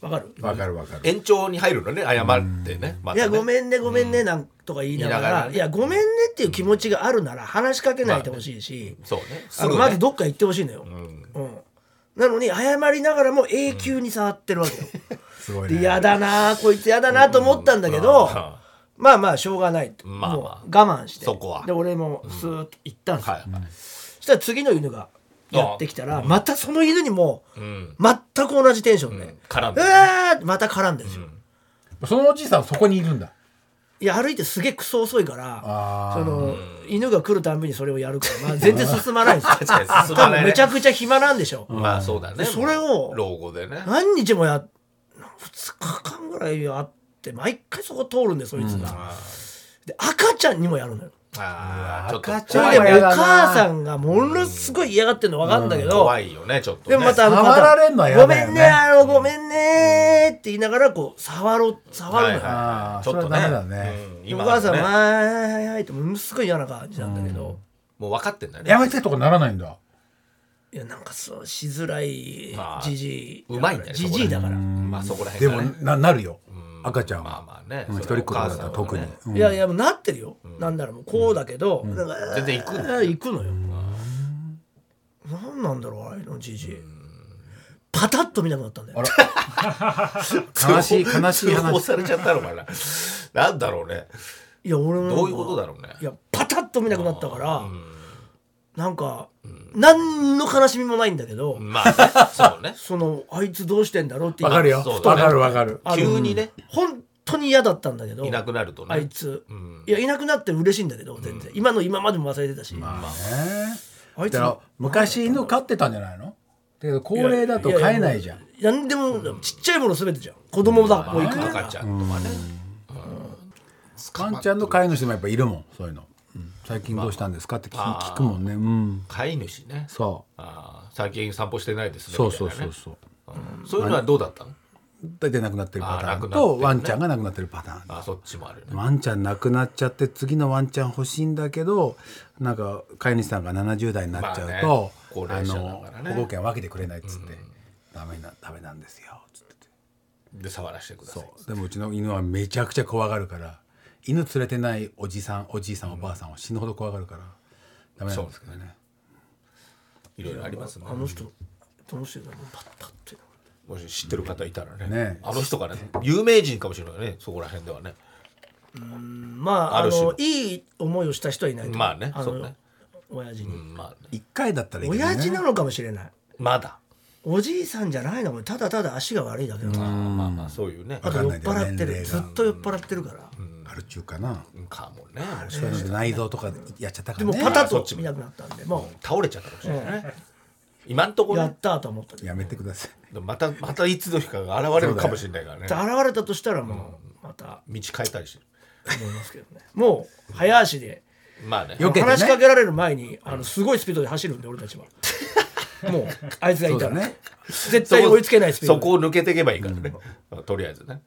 [SPEAKER 3] わ、かる
[SPEAKER 4] わかるわかる
[SPEAKER 2] 延長に入るのね謝ってね,、ま
[SPEAKER 3] いやご
[SPEAKER 2] ん
[SPEAKER 3] めんねごめんねなんとか言いなが
[SPEAKER 2] 言いなが
[SPEAKER 3] ら、
[SPEAKER 2] らね
[SPEAKER 3] いやごめんねっていう気持ちがあるなら話しかけないでほしいし、
[SPEAKER 2] そうね
[SPEAKER 3] あ
[SPEAKER 2] す
[SPEAKER 3] の
[SPEAKER 2] ぐね
[SPEAKER 3] まずどっか行ってほしいのよ、うんなのに謝りながらも永久に触ってるわけよ、
[SPEAKER 4] すごい
[SPEAKER 3] で
[SPEAKER 4] ね
[SPEAKER 3] 嫌だなあこいつ嫌だなと思ったんだけど、
[SPEAKER 2] うんうん
[SPEAKER 3] まあまあしょうがないと、
[SPEAKER 2] まあまあ
[SPEAKER 3] もう我慢して
[SPEAKER 2] そこは
[SPEAKER 3] で俺もスーッと行ったんですよ、
[SPEAKER 2] はい、
[SPEAKER 3] そしたら次の犬がやってきたら、またその犬にも
[SPEAKER 2] うん、
[SPEAKER 3] 全く同じテンションで、う
[SPEAKER 2] 絡んで
[SPEAKER 3] わーってまた絡んでるんですよ、
[SPEAKER 4] そのおじいさんそこにいるんだ
[SPEAKER 3] いや歩いてすげえクソ遅いから
[SPEAKER 4] あー
[SPEAKER 3] その犬が来るたんびにそれをやるから、まあ、全然進まないんですよ
[SPEAKER 2] 確かに 進
[SPEAKER 3] 多
[SPEAKER 2] まない
[SPEAKER 3] 分
[SPEAKER 2] ね
[SPEAKER 3] めちゃくちゃ暇なんでしょ、
[SPEAKER 2] まあそうだね
[SPEAKER 3] それを
[SPEAKER 2] 老後でね
[SPEAKER 3] 何日もや2日間間ぐらいあって毎回そこ通るんでそいつが、で赤ちゃんにもやるのよ
[SPEAKER 2] ああちょっと
[SPEAKER 5] 赤ち
[SPEAKER 3] そ
[SPEAKER 5] ゃん
[SPEAKER 2] 怖
[SPEAKER 3] れ
[SPEAKER 2] い
[SPEAKER 3] で
[SPEAKER 5] はや
[SPEAKER 3] も
[SPEAKER 5] だ
[SPEAKER 3] お
[SPEAKER 5] な
[SPEAKER 3] 母さんがものすごい嫌がってるの分かるんだけど、
[SPEAKER 2] 怖いよねちょっと、ね、
[SPEAKER 3] でもまたあの
[SPEAKER 5] 触られんのは
[SPEAKER 3] ご
[SPEAKER 5] 嫌だ
[SPEAKER 3] め
[SPEAKER 5] よね
[SPEAKER 3] んねあのごめんねーって言いながらこう触ろう触るのよ、
[SPEAKER 2] はいはい
[SPEAKER 5] あー
[SPEAKER 2] ちょっ
[SPEAKER 5] そ
[SPEAKER 2] と
[SPEAKER 5] れ
[SPEAKER 2] ね
[SPEAKER 5] はダメだね
[SPEAKER 2] うん
[SPEAKER 3] でお
[SPEAKER 2] 今
[SPEAKER 3] 母さんは「
[SPEAKER 2] ね
[SPEAKER 3] はいはいはいはい」ってものすごい嫌な感じなんだけど、
[SPEAKER 2] もう分かってんだね
[SPEAKER 4] やめてとかならないんだ
[SPEAKER 3] いやなんかそうしづらい
[SPEAKER 2] まあ
[SPEAKER 3] じじいだから
[SPEAKER 2] うまいんだよね
[SPEAKER 3] じじいだから、
[SPEAKER 2] まあそこら
[SPEAKER 4] で
[SPEAKER 2] 辺
[SPEAKER 4] も
[SPEAKER 2] がね
[SPEAKER 4] ななるよ
[SPEAKER 2] うん
[SPEAKER 4] 赤ちゃん
[SPEAKER 2] まあ
[SPEAKER 4] は
[SPEAKER 2] まあね
[SPEAKER 4] うん一
[SPEAKER 2] そ
[SPEAKER 4] 人
[SPEAKER 2] れ
[SPEAKER 4] っ子だった
[SPEAKER 2] お母
[SPEAKER 4] ら
[SPEAKER 2] さ
[SPEAKER 4] 特
[SPEAKER 2] んは
[SPEAKER 4] に
[SPEAKER 2] ね
[SPEAKER 4] うん
[SPEAKER 3] いやいやもうなってるよ、なんだろうもうこうだけど、なんか
[SPEAKER 2] 全然行くんだ
[SPEAKER 3] あー行くのよ、なんなんだろうああいうのじじいパタッと見なくなったんだよ
[SPEAKER 4] 悲しい悲しい
[SPEAKER 2] 通報
[SPEAKER 4] 話
[SPEAKER 2] されちゃったのかななんだろうね
[SPEAKER 3] いや俺もなんか
[SPEAKER 2] どういうことだろうね
[SPEAKER 3] いやパタッと見なくなったから、なんか、何の悲しみもないんだけど、
[SPEAKER 2] まあねそうね
[SPEAKER 3] そのあいつどうしてんだろうっていう
[SPEAKER 4] わかるよ
[SPEAKER 2] そうだ
[SPEAKER 4] わ
[SPEAKER 2] ね
[SPEAKER 4] かるわかる
[SPEAKER 3] あの
[SPEAKER 2] 急にね
[SPEAKER 3] 本当に嫌だったんだけど
[SPEAKER 2] いなくなるとね
[SPEAKER 3] あいつ、
[SPEAKER 2] ん
[SPEAKER 3] いやいなくなって嬉しいんだけど全然、今の今までも忘れてたし、
[SPEAKER 4] ね
[SPEAKER 3] あいつ
[SPEAKER 4] だから昔犬飼ってたんじゃないのだけど高齢だと飼えないじゃん
[SPEAKER 3] 何でも、ちっちゃいもの全てじゃん子供だもういくら
[SPEAKER 2] 赤ちゃんとかね
[SPEAKER 4] ワンちゃんの飼い主でもやっぱいるもんそういうの、うん最近どうしたんですかって聞,、聞くもんねうん
[SPEAKER 2] 飼い主ね
[SPEAKER 4] そ
[SPEAKER 2] あー最近散歩してないです
[SPEAKER 4] う
[SPEAKER 2] ね
[SPEAKER 4] そうそう
[SPEAKER 2] みたい
[SPEAKER 4] そ
[SPEAKER 2] うなね
[SPEAKER 4] そう
[SPEAKER 2] うんそういうのはどうだったの
[SPEAKER 4] 大体亡くなってるパターン
[SPEAKER 2] あー亡くなってる
[SPEAKER 4] と
[SPEAKER 2] ね
[SPEAKER 4] ワンちゃんが亡くなってるパターン
[SPEAKER 2] あそっちもあるね
[SPEAKER 4] ワンちゃん亡くなっちゃって次のワンちゃん欲しいんだけどなんか飼い主さんが70代になっちゃうと、
[SPEAKER 2] まあね高齢者だから
[SPEAKER 4] あ
[SPEAKER 2] ね
[SPEAKER 4] の保護権分けてくれないっつって、ダメなダメなんですよつってて
[SPEAKER 2] で触らせてください
[SPEAKER 4] そうでもうちの犬はめちゃくちゃ怖がるから犬連れてないおじさんおじいさんおばあさんは死ぬほど怖がるからダメなんですけどね
[SPEAKER 2] いろいろありますね
[SPEAKER 3] あの人どうしてんだろうパッパッて
[SPEAKER 2] もし知ってる方いたらね
[SPEAKER 4] ね
[SPEAKER 2] あの人からね有名人かもしれないねそこら辺ではね
[SPEAKER 3] まああ
[SPEAKER 2] ある種
[SPEAKER 3] の
[SPEAKER 2] の
[SPEAKER 3] いい思いをした人はいないと思う
[SPEAKER 2] まあね
[SPEAKER 3] の
[SPEAKER 2] そうね
[SPEAKER 3] 親父に、
[SPEAKER 2] うんまあね
[SPEAKER 4] 一回だったらいいけどね
[SPEAKER 3] 親父なのかもしれない
[SPEAKER 2] まだ
[SPEAKER 3] おじいさんじゃないのただただ足が悪いだけだな
[SPEAKER 2] まあまあそういうね
[SPEAKER 3] あと
[SPEAKER 4] かん
[SPEAKER 3] 酔
[SPEAKER 4] な
[SPEAKER 3] っ
[SPEAKER 4] いけど
[SPEAKER 3] 払って
[SPEAKER 4] 年
[SPEAKER 3] る
[SPEAKER 4] 齢が
[SPEAKER 3] ずっと酔っ払ってるから、
[SPEAKER 4] あるっちゅうかな
[SPEAKER 2] かもね
[SPEAKER 4] そういうので内臓とかやっちゃったか
[SPEAKER 3] で
[SPEAKER 4] ら
[SPEAKER 3] も
[SPEAKER 4] ね
[SPEAKER 3] パタッと見なくなったんでも
[SPEAKER 2] 倒れちゃったかもしれないね今んとこ
[SPEAKER 3] うや
[SPEAKER 2] ね
[SPEAKER 3] ったと思ったけど
[SPEAKER 4] やめてください
[SPEAKER 2] またまたいつの日かが現れるかもしれないからね
[SPEAKER 3] 現れたとしたらもうまた
[SPEAKER 2] 道変えたりして
[SPEAKER 3] 思いますけどねもう早足で
[SPEAKER 2] るまあね
[SPEAKER 4] よけてね
[SPEAKER 3] 話しかけられる前にあのすごいスピードで走るんで俺たちはもうあいつが
[SPEAKER 4] そ
[SPEAKER 3] いうた
[SPEAKER 4] だ
[SPEAKER 3] ら、
[SPEAKER 4] ね
[SPEAKER 3] 絶対追いつけないスピード
[SPEAKER 2] そこを抜けていけばいいからね、とりあえずね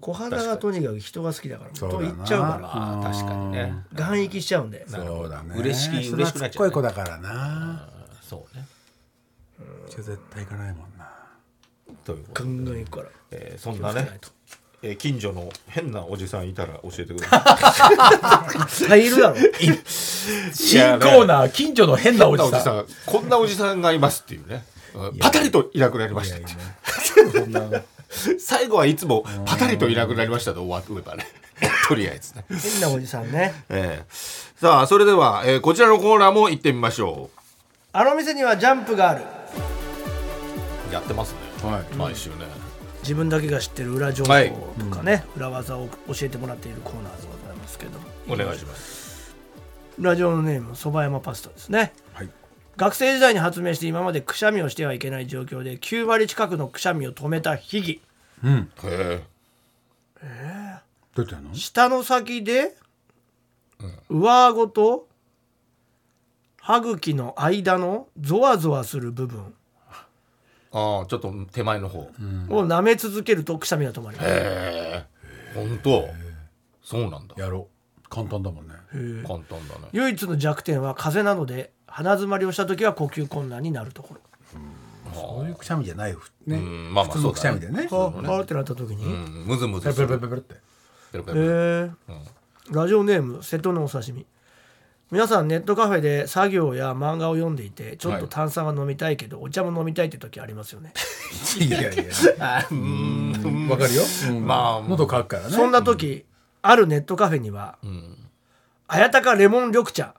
[SPEAKER 3] 小肌がとにかく人が好きだから
[SPEAKER 4] うだ
[SPEAKER 3] と
[SPEAKER 4] な
[SPEAKER 3] 言っちゃうか
[SPEAKER 2] まあ確かにね
[SPEAKER 3] ら眼液しちゃうんで
[SPEAKER 4] そうだね
[SPEAKER 2] 嬉しき
[SPEAKER 4] そん
[SPEAKER 2] 嬉しくなっちゃうね
[SPEAKER 4] 懐っこい子だからな
[SPEAKER 2] そうね
[SPEAKER 4] うちは絶対行かないもんな
[SPEAKER 2] ということ
[SPEAKER 3] ガ
[SPEAKER 2] で、
[SPEAKER 3] ンガンいくから
[SPEAKER 2] えーそん
[SPEAKER 3] 気を
[SPEAKER 2] な
[SPEAKER 3] つけ
[SPEAKER 2] ね
[SPEAKER 3] ないと
[SPEAKER 2] えー近所の変なおじさんいたら教えてください
[SPEAKER 3] 絶対いるだろ
[SPEAKER 4] 新コーナー近所の変なおじ
[SPEAKER 2] 変なおじ
[SPEAKER 4] さ
[SPEAKER 2] さ
[SPEAKER 4] ん
[SPEAKER 2] んこんなおじさんがいますっていうねうんパタリといなくなりましたって 最後はいつもパタリといなくなりましたで終わればね とりあえずね
[SPEAKER 3] 変なおじさんね
[SPEAKER 2] えーさあそれでは、えーこちらのコーナーも行ってみましょ
[SPEAKER 3] あの店にはジャンプがある
[SPEAKER 2] うやってますね、
[SPEAKER 4] はい
[SPEAKER 2] 毎週ね、
[SPEAKER 3] 自分だけが知ってる裏情報
[SPEAKER 2] はい
[SPEAKER 3] とかね、裏技を教えてもらっているコーナーでございますけど
[SPEAKER 2] お願いします
[SPEAKER 3] ラジオのネームそば山パスタですね
[SPEAKER 4] はい
[SPEAKER 3] 学生時代に発明して今までくしゃみをしてはいけない状況で9割近くのくしゃみを止めた秘技
[SPEAKER 4] うん
[SPEAKER 2] へえ
[SPEAKER 4] どうやってやるの
[SPEAKER 3] 舌の先で上顎と歯茎の間のゾワゾワする部分
[SPEAKER 2] ああちょっと手前の方、
[SPEAKER 3] を舐め続けるとくしゃみが止まります、
[SPEAKER 2] へえ本当そうなんだ
[SPEAKER 4] やろう簡単だもんね
[SPEAKER 2] 簡単だね
[SPEAKER 3] 唯一の弱点は風邪なので鼻詰まりをした時は呼吸困難になるところ
[SPEAKER 4] そういうくしゃみじゃないよね
[SPEAKER 2] んまあまあ
[SPEAKER 4] 普通のくしゃみでね
[SPEAKER 3] ああってなった時に、
[SPEAKER 2] うんむずむ
[SPEAKER 4] ペ
[SPEAKER 2] ず
[SPEAKER 4] ロ
[SPEAKER 2] す
[SPEAKER 4] ペ
[SPEAKER 2] る
[SPEAKER 4] ロペロペロって
[SPEAKER 2] ペロペロ
[SPEAKER 3] えーラジオネーム瀬戸のお刺身皆さんネットカフェで作業や漫画を読んでいてちょっと炭酸が飲みたいけどお茶も飲みたいって時ありますよね、
[SPEAKER 4] いやいやいや。わかるよ。まあ、喉乾くからね。
[SPEAKER 3] そんな時、あるネットカフェには、綾鷹レモン緑茶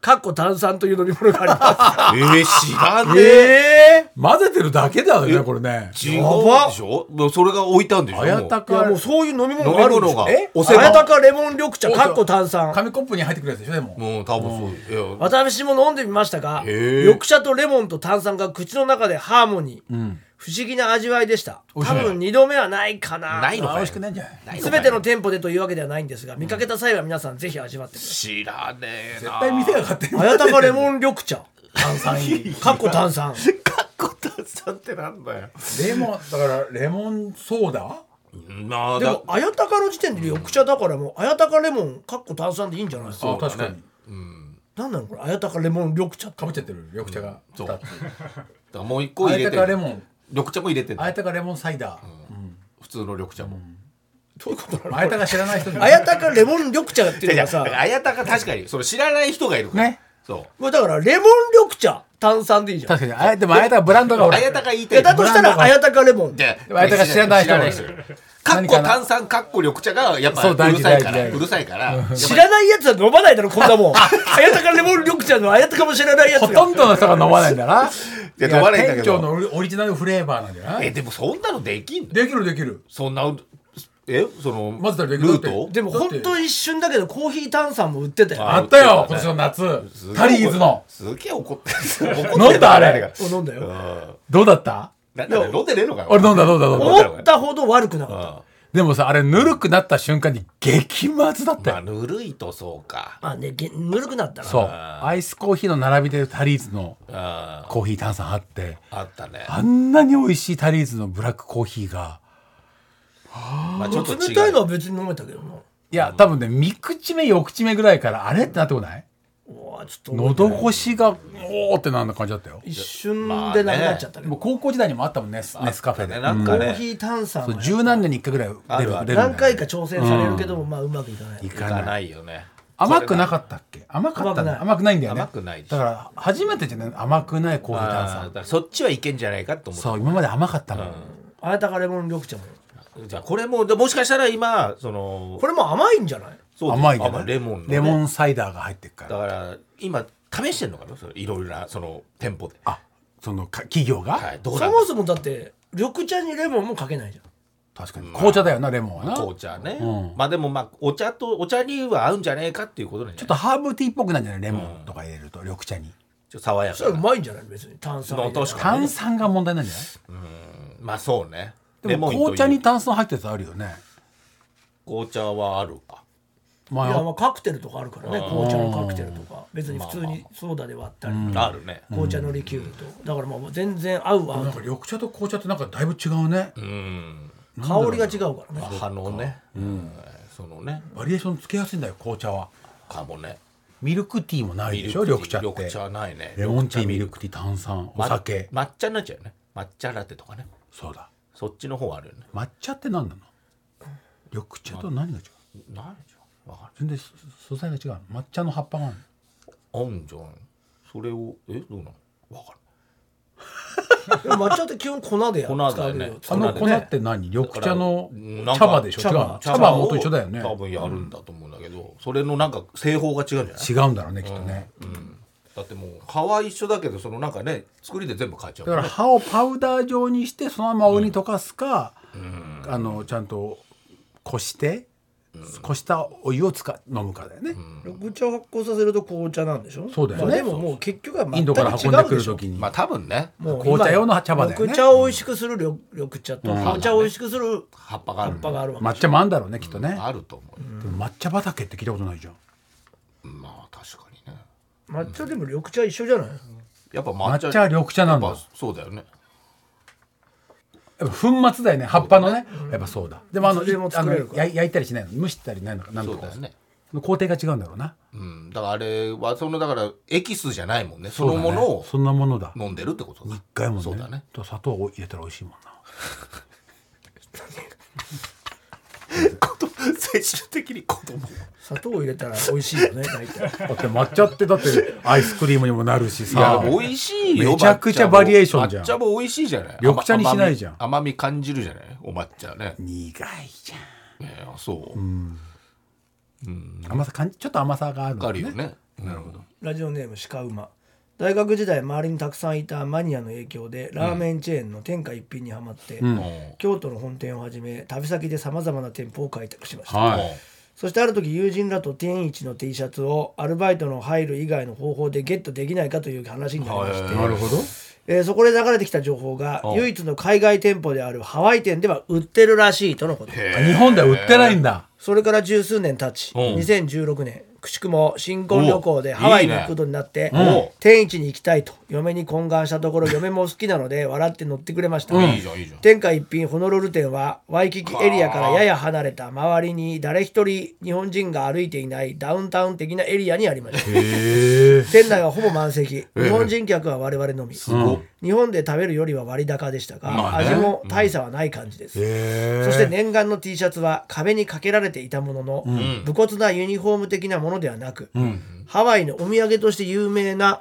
[SPEAKER 3] かっこ炭酸という飲み物がありま
[SPEAKER 2] えー、知らね
[SPEAKER 3] すえ
[SPEAKER 4] 混ぜてるだけだよね、これね。
[SPEAKER 2] え違うでしょもうそれが置いたんでしょ
[SPEAKER 4] あやた
[SPEAKER 3] いや
[SPEAKER 4] か
[SPEAKER 3] もう。そういう飲み物
[SPEAKER 2] もう
[SPEAKER 3] があ
[SPEAKER 2] 飲み
[SPEAKER 3] るんでし
[SPEAKER 2] 物
[SPEAKER 3] ょ
[SPEAKER 2] が
[SPEAKER 4] え
[SPEAKER 2] お世
[SPEAKER 3] 綾
[SPEAKER 2] 話
[SPEAKER 3] 鷹レモン緑茶かっこ炭酸
[SPEAKER 4] 紙コップに入ってくるやつでしょ、でも。
[SPEAKER 2] もう多分そういや
[SPEAKER 3] 私も飲んでみましたが
[SPEAKER 2] へえ
[SPEAKER 3] 緑茶とレモンと炭酸が口の中でハーモニー、不不思議な味わいでした
[SPEAKER 4] 美味
[SPEAKER 3] 多
[SPEAKER 4] しい
[SPEAKER 3] 分2度目はないかな
[SPEAKER 2] ないのか
[SPEAKER 4] あ美
[SPEAKER 2] よ
[SPEAKER 4] 味しくないんじゃない
[SPEAKER 3] 全ての店舗でというわけではないんですが見かけた際は皆さんぜひ味わってくださ
[SPEAKER 2] 知らねえな
[SPEAKER 4] 絶対店が勝手に
[SPEAKER 3] い綾鷹レモン緑茶炭酸入 りかっこ炭酸
[SPEAKER 2] かっこ炭酸ってなんだよ
[SPEAKER 4] レモンだからレモンソーダ
[SPEAKER 2] なあ
[SPEAKER 3] でも綾鷹の時点で緑茶だからもう綾鷹レモンかっこ炭酸でいいんじゃないですか
[SPEAKER 4] あ確かに
[SPEAKER 3] 何なのこれ綾鷹レモン緑茶って
[SPEAKER 4] かぶっちゃってる緑茶が
[SPEAKER 2] そう
[SPEAKER 4] だって
[SPEAKER 2] だもう一個入
[SPEAKER 4] 綾
[SPEAKER 2] れて
[SPEAKER 4] 鷹レ
[SPEAKER 2] る
[SPEAKER 4] モン
[SPEAKER 2] 緑茶も入れてる
[SPEAKER 4] 綾鷹レモンサイダー
[SPEAKER 2] 普通の緑茶も
[SPEAKER 3] どういうことなの
[SPEAKER 4] 綾鷹知らない人に
[SPEAKER 3] 綾鷹レモン緑茶っていうのがさ
[SPEAKER 2] だから綾鷹確かにそれ知らない人がいるから
[SPEAKER 4] ね
[SPEAKER 2] そ
[SPEAKER 3] もうだからレモン緑茶炭酸でいいじゃん
[SPEAKER 4] 確かにあやでも綾鷹ブランド
[SPEAKER 2] う
[SPEAKER 4] がほら
[SPEAKER 2] 綾鷹言い
[SPEAKER 3] い
[SPEAKER 2] た
[SPEAKER 3] や
[SPEAKER 2] い
[SPEAKER 3] だとしたら綾鷹レモン
[SPEAKER 2] で
[SPEAKER 4] でも綾鷹知らない人
[SPEAKER 2] 知らかっ
[SPEAKER 4] 何
[SPEAKER 2] こ
[SPEAKER 4] かな
[SPEAKER 2] 炭酸かっこ緑茶がやっぱ
[SPEAKER 4] そうう大
[SPEAKER 2] る
[SPEAKER 4] 事
[SPEAKER 2] さいから
[SPEAKER 4] 大事大
[SPEAKER 2] う
[SPEAKER 4] 事
[SPEAKER 2] るさいからやっぱり
[SPEAKER 3] 知らないやつは飲まないだろこんなもん綾鷹レモン緑茶の綾鷹も知らないやつ
[SPEAKER 4] ほと
[SPEAKER 3] が
[SPEAKER 4] んどの人が飲まないんだな
[SPEAKER 2] いや飲まないんだけど
[SPEAKER 4] 店長のオリジナルフレーバーなんだよな
[SPEAKER 2] え
[SPEAKER 4] で
[SPEAKER 2] でもそんなのできんの
[SPEAKER 4] きるできる
[SPEAKER 2] そんなえその
[SPEAKER 4] 混ぜたらで
[SPEAKER 2] ル
[SPEAKER 4] きる
[SPEAKER 2] ート
[SPEAKER 3] でも本当一瞬だけどコーヒー炭酸も売ってたよ
[SPEAKER 2] あ
[SPEAKER 4] あった
[SPEAKER 2] そうだね
[SPEAKER 4] よ今年の夏タリーズの
[SPEAKER 2] すげえ怒ってる
[SPEAKER 4] 飲んだあれ
[SPEAKER 3] お飲んだよ
[SPEAKER 4] どうだった
[SPEAKER 2] なんだよ飲んでねえのかよ
[SPEAKER 4] 俺飲んだ飲んだ飲んだ
[SPEAKER 2] お
[SPEAKER 3] 思ったほど悪くなかっ
[SPEAKER 4] でもさあれぬるくなった瞬間に激まずだった
[SPEAKER 2] まあ
[SPEAKER 4] よ
[SPEAKER 2] ぬるいとそうか
[SPEAKER 3] たあねげぬるくなったな
[SPEAKER 4] そう
[SPEAKER 2] あー
[SPEAKER 4] アイスコーヒーの並びでタリーズの
[SPEAKER 2] あ
[SPEAKER 4] コーヒー炭酸あって
[SPEAKER 2] あったね
[SPEAKER 4] あんなに美味しいタリーズのブラックコーヒーが
[SPEAKER 2] まあちょっと違
[SPEAKER 3] 冷たいうのは別に飲めたけどない
[SPEAKER 4] や多分ね3口目4口目ぐらいからあれってなってこない
[SPEAKER 3] おわちょっと
[SPEAKER 4] 喉越しがおーってなる感じだったよ
[SPEAKER 3] 一瞬でなくなっちゃったけ
[SPEAKER 4] でも
[SPEAKER 3] ど
[SPEAKER 4] 高校時代にもあったもんねスネスカフェで、
[SPEAKER 2] ねなん
[SPEAKER 3] コ
[SPEAKER 2] か
[SPEAKER 3] ーヒ
[SPEAKER 2] ね
[SPEAKER 3] ー炭酸
[SPEAKER 4] そ
[SPEAKER 3] は
[SPEAKER 4] う十何年に1回ぐらい
[SPEAKER 2] あ
[SPEAKER 4] 出
[SPEAKER 2] るあ
[SPEAKER 4] る
[SPEAKER 2] る
[SPEAKER 4] 出る
[SPEAKER 3] 何回
[SPEAKER 4] か
[SPEAKER 3] か挑戦されるけどもまあうまくいかない
[SPEAKER 4] 行
[SPEAKER 2] い
[SPEAKER 4] か
[SPEAKER 2] か
[SPEAKER 4] ない
[SPEAKER 2] ないよね
[SPEAKER 4] 甘くなかったっけ甘かったね
[SPEAKER 3] 甘くない
[SPEAKER 4] 甘くないんだよね
[SPEAKER 2] 甘くないし
[SPEAKER 4] だから初めてじゃない甘くないコーヒー炭
[SPEAKER 2] あーだ
[SPEAKER 4] 酸
[SPEAKER 2] からそっちはいけんじゃないかと思って
[SPEAKER 4] そう今まで甘かったもん、
[SPEAKER 3] 綾鷹レモン緑茶も
[SPEAKER 2] じゃあこれもでもしかしたら今その
[SPEAKER 3] これも甘いんじゃない
[SPEAKER 2] そうです
[SPEAKER 4] 甘いじゃない
[SPEAKER 2] 甘レモンのね
[SPEAKER 4] レモンサイダーが入ってるか
[SPEAKER 2] だ
[SPEAKER 4] ら
[SPEAKER 2] から今試してんのかなそのいろいろなその店舗で
[SPEAKER 4] あそのか企業が、
[SPEAKER 2] はいどうな
[SPEAKER 3] そ
[SPEAKER 2] んだ
[SPEAKER 3] もそもだって緑茶にレモンもかけないじゃん
[SPEAKER 4] 確かに紅茶だよなレモンはなちょ
[SPEAKER 2] 紅茶ね
[SPEAKER 4] うん
[SPEAKER 2] まあでもまあお茶とお茶には合うんじゃねえかっていうことねちょ
[SPEAKER 4] っとハーブティーっぽくなんじゃないレモンとか入れると緑茶に
[SPEAKER 2] っと爽や
[SPEAKER 3] それ
[SPEAKER 2] か
[SPEAKER 3] う
[SPEAKER 2] な
[SPEAKER 3] まいんじゃない別に炭酸入れたら
[SPEAKER 2] 確か
[SPEAKER 4] 炭酸が問題なんじゃ
[SPEAKER 2] まあそうね
[SPEAKER 4] ないでも
[SPEAKER 2] レモンとい
[SPEAKER 4] 紅
[SPEAKER 2] う
[SPEAKER 4] 茶に炭酸入ってたやつあるよね
[SPEAKER 2] 紅茶はあるか
[SPEAKER 4] 前
[SPEAKER 3] いや
[SPEAKER 4] あ
[SPEAKER 3] まあカクテルとかあるからね紅茶のカクテルとか別に普通にソーダで割ったり
[SPEAKER 2] あるね
[SPEAKER 3] 紅茶のリキュールとだからまあ全然合う合
[SPEAKER 4] なん
[SPEAKER 3] う
[SPEAKER 4] か緑茶と紅茶ってなんかだいぶ違うね、
[SPEAKER 2] うん
[SPEAKER 3] 香りが違うから ね
[SPEAKER 2] 葉のねうんそのね
[SPEAKER 4] バリエーションつけやすいんだよ紅茶は
[SPEAKER 2] かもね
[SPEAKER 4] ミルクティーもないでしょ
[SPEAKER 2] ミル
[SPEAKER 4] 緑
[SPEAKER 2] ク
[SPEAKER 4] 茶
[SPEAKER 2] ティー
[SPEAKER 4] って
[SPEAKER 2] 緑茶ないね
[SPEAKER 4] レモンティーミルクティー炭酸お
[SPEAKER 2] ま
[SPEAKER 4] 酒、
[SPEAKER 2] 抹茶になっちゃうよね抹茶ラテとかね
[SPEAKER 4] そうだ
[SPEAKER 2] そっちの方はあるよね
[SPEAKER 4] 抹茶って何なの緑茶と何が違う
[SPEAKER 2] ないじゃんわかんない
[SPEAKER 4] 全然素素材が違う抹茶の葉っぱがある
[SPEAKER 2] あんじゃんそれをえどうなのわか
[SPEAKER 3] でも抹茶って基本粉でや
[SPEAKER 2] 粉だよね
[SPEAKER 3] 使うよ
[SPEAKER 2] 粉
[SPEAKER 4] あの
[SPEAKER 2] で
[SPEAKER 4] 粉
[SPEAKER 2] ね
[SPEAKER 4] って何緑
[SPEAKER 2] る
[SPEAKER 4] 茶の
[SPEAKER 2] なん
[SPEAKER 4] 茶
[SPEAKER 2] か
[SPEAKER 4] 葉でしょ
[SPEAKER 3] 茶
[SPEAKER 4] 茶
[SPEAKER 3] 葉
[SPEAKER 4] 葉茶葉もと一緒だよね
[SPEAKER 2] 多分やるんだと思うんだけど、それのなんか製法が違うんじゃない
[SPEAKER 4] 違うんだろうねきっとね、
[SPEAKER 2] だってもう皮は一緒だけどそのなんかね作りで全部変えちゃう
[SPEAKER 4] だ
[SPEAKER 2] も
[SPEAKER 4] か
[SPEAKER 2] ん
[SPEAKER 4] ら
[SPEAKER 2] ね
[SPEAKER 4] 歯をパウダー状にしてそのままお湯に溶かすか、あのちゃんとこして、こしたお湯を使う飲むかだよね、
[SPEAKER 3] 緑茶を発酵させると紅茶なんでしょ
[SPEAKER 4] そうだよね
[SPEAKER 3] まあでももう結局は
[SPEAKER 4] イン
[SPEAKER 3] 全く
[SPEAKER 4] ドから
[SPEAKER 3] 違
[SPEAKER 4] 運んで
[SPEAKER 3] う
[SPEAKER 4] く
[SPEAKER 3] で
[SPEAKER 4] る
[SPEAKER 3] しょ
[SPEAKER 4] 時に、
[SPEAKER 2] まあ多分ね
[SPEAKER 3] もう今
[SPEAKER 4] 紅茶用の茶葉だよね
[SPEAKER 3] 緑茶を美味しくする緑緑茶と紅茶を美味しくする
[SPEAKER 2] 葉っぱがあ
[SPEAKER 3] 葉
[SPEAKER 2] る
[SPEAKER 3] っぱがあるわけ
[SPEAKER 4] 抹茶もあんだろうねきっとね、
[SPEAKER 2] あると思う、
[SPEAKER 4] でも抹茶畑って聞いたことないじゃん
[SPEAKER 2] まあ確かにね
[SPEAKER 3] 抹茶でも緑茶一緒じゃない
[SPEAKER 2] やっぱ抹
[SPEAKER 4] 抹
[SPEAKER 2] 茶
[SPEAKER 4] 茶は緑茶なんだ
[SPEAKER 2] やっぱそうだよね
[SPEAKER 4] やっぱ粉末だよね葉っぱのねやっぱそうだでもあの
[SPEAKER 3] いつでも
[SPEAKER 4] あ
[SPEAKER 3] 作
[SPEAKER 4] の
[SPEAKER 3] れるから
[SPEAKER 4] や焼いたりしないの蒸したりないのかなん
[SPEAKER 2] そ
[SPEAKER 4] と
[SPEAKER 2] うだ
[SPEAKER 4] か
[SPEAKER 2] よね
[SPEAKER 4] 工程が違うんだろうな
[SPEAKER 2] うんだからあれはそのだからエキスじゃないもんねそのもの
[SPEAKER 4] そうだね
[SPEAKER 2] を
[SPEAKER 4] そんなものだ
[SPEAKER 2] 飲んでるってことだ
[SPEAKER 4] 一回もね
[SPEAKER 2] そうだ ね
[SPEAKER 4] と砂糖を入れたら美味しいもんな
[SPEAKER 2] 最終的に子供
[SPEAKER 3] 砂糖を入れたら美味しい よね大体
[SPEAKER 4] だって抹茶ってだってアイスクリームにもなるし
[SPEAKER 2] いや
[SPEAKER 4] さ
[SPEAKER 2] 美味しいよ
[SPEAKER 4] めちゃくちゃバリエーションじゃん
[SPEAKER 2] 抹茶も美味しいじゃない
[SPEAKER 4] 緑茶にしないじゃん
[SPEAKER 2] 甘甘み甘み感じるじゃないお抹茶ね
[SPEAKER 4] 苦いじゃ
[SPEAKER 2] いやそう、
[SPEAKER 4] ん甘さ感じちょっと甘さがある
[SPEAKER 2] あるよねなるほど
[SPEAKER 3] ラジオネーム鹿馬大学時代周りにたくさんいたマニアの影響でラーメンチェーンの天下一品にはまって、京都の本店をはじめ旅先でさまざまな店舗を開拓しました、
[SPEAKER 4] はい
[SPEAKER 3] そしてある時友人らと天一の T シャツをアルバイトの入る以外の方法でゲットできないかという話になりまして、
[SPEAKER 4] なるほど
[SPEAKER 3] えーそこで流れてきた情報が唯一の海外店舗であるハワイ店では売ってるらしいとのこと
[SPEAKER 4] あ日本では売ってないんだ
[SPEAKER 3] それから十数年経ち、2016年くしくも新婚旅行でハワイに行くことになって
[SPEAKER 2] おいいねお
[SPEAKER 3] 天一に行きたいと嫁に懇願したところ嫁も好きなので笑って乗ってくれました、
[SPEAKER 2] いいじゃんいいじゃん
[SPEAKER 3] 天下一品ホノルル店はワイキキエリアからやや離れた周りに誰一人日本人が歩いていないダウンタウン的なエリアにありました店内はほぼ満席日本人客は我々のみ、日本で食べるよりは割高でしたが、
[SPEAKER 4] まあね
[SPEAKER 3] 味も大差はない感じです、そして念願の T シャツは壁にかけられていたものの、武骨なユニフォーム的なものではなく、ハワイのお土産として有名な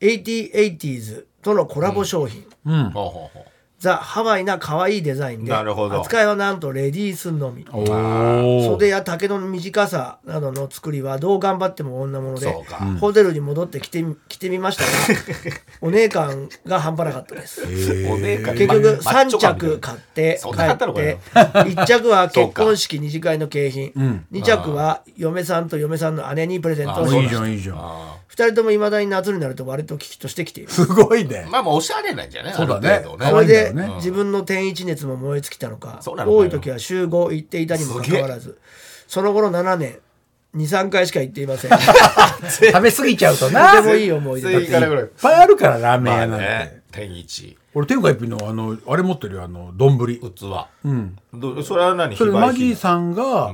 [SPEAKER 3] 8080s とのコラボ商品、
[SPEAKER 2] ほうほうほう
[SPEAKER 3] ザ・ハワイな可愛いデザインで
[SPEAKER 2] なるほど
[SPEAKER 3] 扱いはなんとレディースのみ
[SPEAKER 4] おお
[SPEAKER 3] 袖や丈の短さなどの作りはどう頑張っても女物で
[SPEAKER 2] そうか
[SPEAKER 3] ホテルに戻って着てみ着てみました がお姉感が半端なかったです
[SPEAKER 2] お姉か
[SPEAKER 3] 結局
[SPEAKER 2] ママッ
[SPEAKER 3] 3
[SPEAKER 2] チョ感みたいな
[SPEAKER 3] 着買って
[SPEAKER 2] そん
[SPEAKER 3] 帰
[SPEAKER 2] な買った
[SPEAKER 3] っ
[SPEAKER 2] のかよ
[SPEAKER 3] て1着 は結婚式二次会の景品2着は嫁さんと嫁さんの姉にプレゼントをし
[SPEAKER 4] いい
[SPEAKER 3] ま
[SPEAKER 4] じ
[SPEAKER 3] し
[SPEAKER 4] ゃ
[SPEAKER 3] た
[SPEAKER 4] んいいじゃん
[SPEAKER 2] あ
[SPEAKER 3] 2人ともいまだに夏になると割と危機としてきている
[SPEAKER 4] すごいね
[SPEAKER 2] ーまあまあおしゃれなんじゃない
[SPEAKER 4] そうだね
[SPEAKER 2] ある程度ね
[SPEAKER 4] 可
[SPEAKER 3] それ
[SPEAKER 4] 愛いんだよ
[SPEAKER 3] で
[SPEAKER 4] ね
[SPEAKER 3] 自分の天一熱も燃え尽きたのか
[SPEAKER 2] そうなのかよ
[SPEAKER 3] 多い時は週5行っていたにもかかわらずその後の7年23回しか行ってい ませんと
[SPEAKER 4] 食べ過ぎちゃうとな
[SPEAKER 3] てもいい思い出
[SPEAKER 2] 全員
[SPEAKER 3] です
[SPEAKER 2] からぐらい
[SPEAKER 4] いっぱいあるからラーメン
[SPEAKER 2] まあ
[SPEAKER 4] 屋なんて、
[SPEAKER 2] ね天一
[SPEAKER 4] 俺天下一品のあのあれ持ってるよあの丼
[SPEAKER 2] 器うんそれは何
[SPEAKER 4] それ
[SPEAKER 2] 非売品
[SPEAKER 4] マギーさんが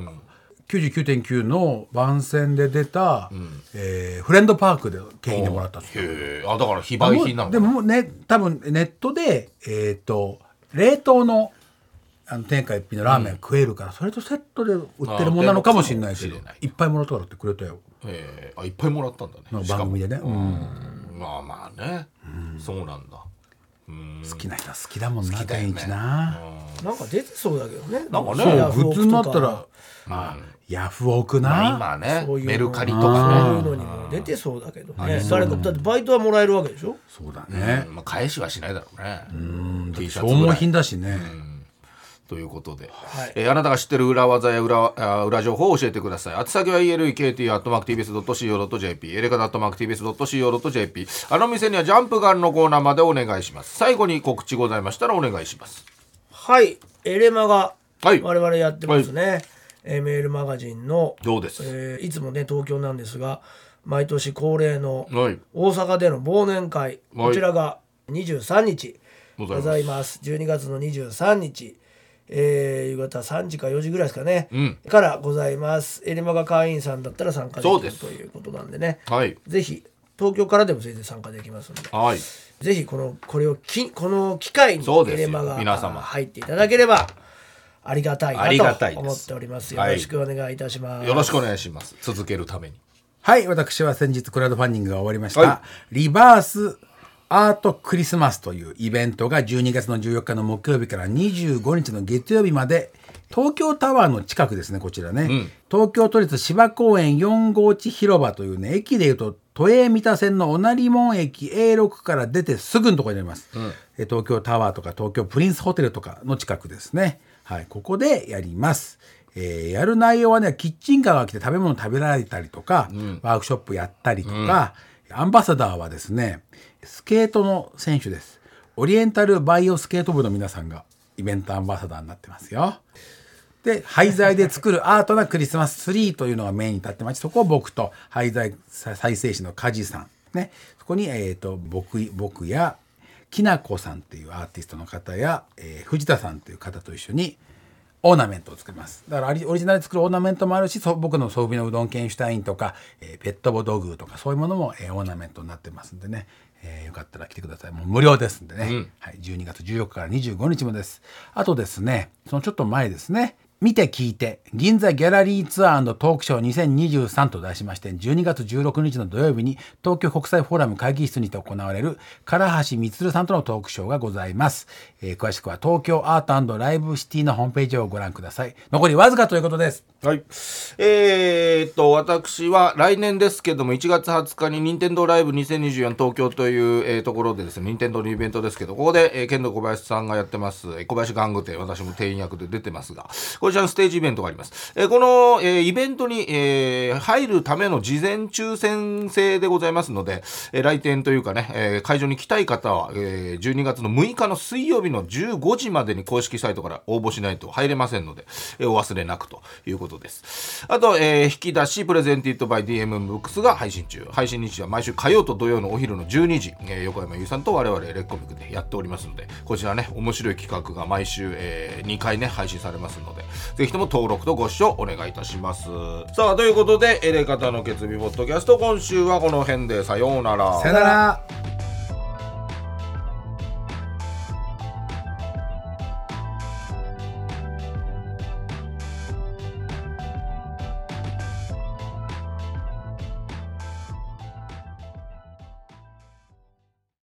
[SPEAKER 4] 99.9の番宣で出た、えーフレンドパークで景品でもらったんですよ
[SPEAKER 2] へえあだから非売品なの
[SPEAKER 4] で
[SPEAKER 2] か
[SPEAKER 4] ももうね多分ネットでえっ、と冷凍のあの天下一品のラーメンが食えるから、それとセットで売ってるものなのかもしれないけど
[SPEAKER 2] あーでもかもしれない
[SPEAKER 4] いっぱいもらったからってくれたよ
[SPEAKER 2] へえあいっぱいもらったんだね
[SPEAKER 4] なん
[SPEAKER 2] し
[SPEAKER 4] か
[SPEAKER 2] かも
[SPEAKER 4] 番組でね、うん
[SPEAKER 2] まあまあねそうなんだうん
[SPEAKER 4] 好きな人は好きだもんな、
[SPEAKER 2] 好きだよ
[SPEAKER 4] 天
[SPEAKER 2] ね
[SPEAKER 4] 一な、
[SPEAKER 3] なんか出てそうだけどね
[SPEAKER 2] なんかね
[SPEAKER 4] そう
[SPEAKER 3] ヤフ
[SPEAKER 4] グ
[SPEAKER 3] オク
[SPEAKER 4] ッ
[SPEAKER 3] とか
[SPEAKER 4] ズになったら、あヤフオクな、
[SPEAKER 2] まあ今ね
[SPEAKER 3] そういうの
[SPEAKER 2] メルカリと
[SPEAKER 3] そうい
[SPEAKER 2] か
[SPEAKER 3] う
[SPEAKER 2] ね
[SPEAKER 3] のにも出てそうだけどね誰かだってバイトはもらえるわけでしょ
[SPEAKER 4] そうだ
[SPEAKER 2] ね
[SPEAKER 4] ね、
[SPEAKER 2] まあ返しはしないだろうねうん T シャツ
[SPEAKER 4] 消
[SPEAKER 2] ぐら
[SPEAKER 4] 耗
[SPEAKER 2] い
[SPEAKER 4] 品だしね、
[SPEAKER 2] ということで、
[SPEAKER 3] はい
[SPEAKER 2] えーあなたが知ってる裏技や裏わあー裏情報を教えてください。宛先は elekt.tbs.co.jp、エレカ .tbs.co.jp、あの店にはジャンプガンのコーナーまでお願いします。最後に告知ございましたらお願いします。
[SPEAKER 3] はいエレマが
[SPEAKER 2] は
[SPEAKER 3] 我
[SPEAKER 2] い
[SPEAKER 3] 々やってますねえーメールマガジンの
[SPEAKER 2] どうです
[SPEAKER 3] えーいつもね東京なんですが毎年恒例の
[SPEAKER 2] はい
[SPEAKER 3] 大阪での忘年会こちらが23日
[SPEAKER 2] ご
[SPEAKER 3] ご
[SPEAKER 2] ざいます
[SPEAKER 3] ざいます12月の23日、えー夕方3時か4時ぐらいですかね、からございますエレマガ会員さんだったら参加で
[SPEAKER 2] そう
[SPEAKER 3] き
[SPEAKER 2] で
[SPEAKER 3] る
[SPEAKER 2] す
[SPEAKER 3] ということなんでね
[SPEAKER 2] はい。
[SPEAKER 3] ぜひ東京からでも全然参加できますので
[SPEAKER 2] はい。
[SPEAKER 3] ぜひこのこれをきこの機会に
[SPEAKER 2] そうで
[SPEAKER 3] エ
[SPEAKER 2] す
[SPEAKER 3] レ
[SPEAKER 2] よ
[SPEAKER 3] マが
[SPEAKER 2] 皆様
[SPEAKER 3] 入っていただければありがたい
[SPEAKER 2] ありが
[SPEAKER 3] な
[SPEAKER 2] たい
[SPEAKER 3] と
[SPEAKER 2] です
[SPEAKER 3] 思っております。よ
[SPEAKER 2] はい
[SPEAKER 3] ろしくお願いいたします。
[SPEAKER 2] よろしくお願いします。続けるために。
[SPEAKER 4] はい、私は先日クラウドファンディングが終わりました、
[SPEAKER 2] は
[SPEAKER 4] リバースアートクリスマスというイベントが12月の14日の木曜日から25日の月曜日まで東京タワーの近くですね、こちらね。東京都立芝公園4号地広場というね、駅でいうと都営三田線の御成門駅 A6 から出てすぐのところになります、え東京タワーとか東京プリンスホテルとかの近くですね。はい、ここでやります。えーやる内容はねキッチンカーが来て食べ物食べられたりとか、ワークショップやったりとか、アンバサダーはですねスケートの選手ですオリエンタルバイオスケート部の皆さんがイベントアンバサダーになってますよで廃材で作るアートなクリスマスツリーというのがメインに立ってましてそこを僕と廃材再生師の梶さんねそこに、えー、と僕僕やきなこさんっていうアーティストの方や、えー藤田さんという方と一緒にオーナメントを作りますだからアリオリジナルで作るオーナメントもあるしそう僕の装備のうどん研修隊員とか、えーペットボトルグとかそういうものも、えーオーナメントになってますんでね、えーよかったら来てくださいもう無料ですんでね、はい、12月14日から25日もですあとですねそのちょっと前ですね見て聞いて銀座ギャラリーツアートークショー2023と題しまして12月16日の土曜日に東京国際フォーラム会議室にて行われる唐橋充さんとのトークショーがございます、えー詳しくは東京アートライブシティのホームページをご覧ください残りわずかということです
[SPEAKER 2] はい。えー、っと、私は来年ですけども、1月20日に任天堂ライブ2024東京という、えーところでですね、任天堂のイベントですけど、ここで、えー、剣道小林さんがやってます、えー小林玩具店、私も店員役で出てますが、こジャンステージイベントがあります。えーこの、えーイベントに、えー入るための事前抽選制でございますので、えー来店というかね、えー会場に来たい方は、えー12月の6日の水曜日の15時までに公式サイトから応募しないと入れませんので、えーお忘れなくということです。あと、えー引き出しプレゼンティットバイ DM ブックスが配信中。配信日時は毎週火曜と土曜のお昼の12時、えー横山優さんと我々レッコミックでやっておりますので、こちらね、面白い企画が毎週、え2回ね、配信されますので、ぜひとも登録とご視聴お願いいたします。さあ、ということで、エレカタの決意ポッドキャスト、今週はこの辺でさようなら。
[SPEAKER 4] さよなら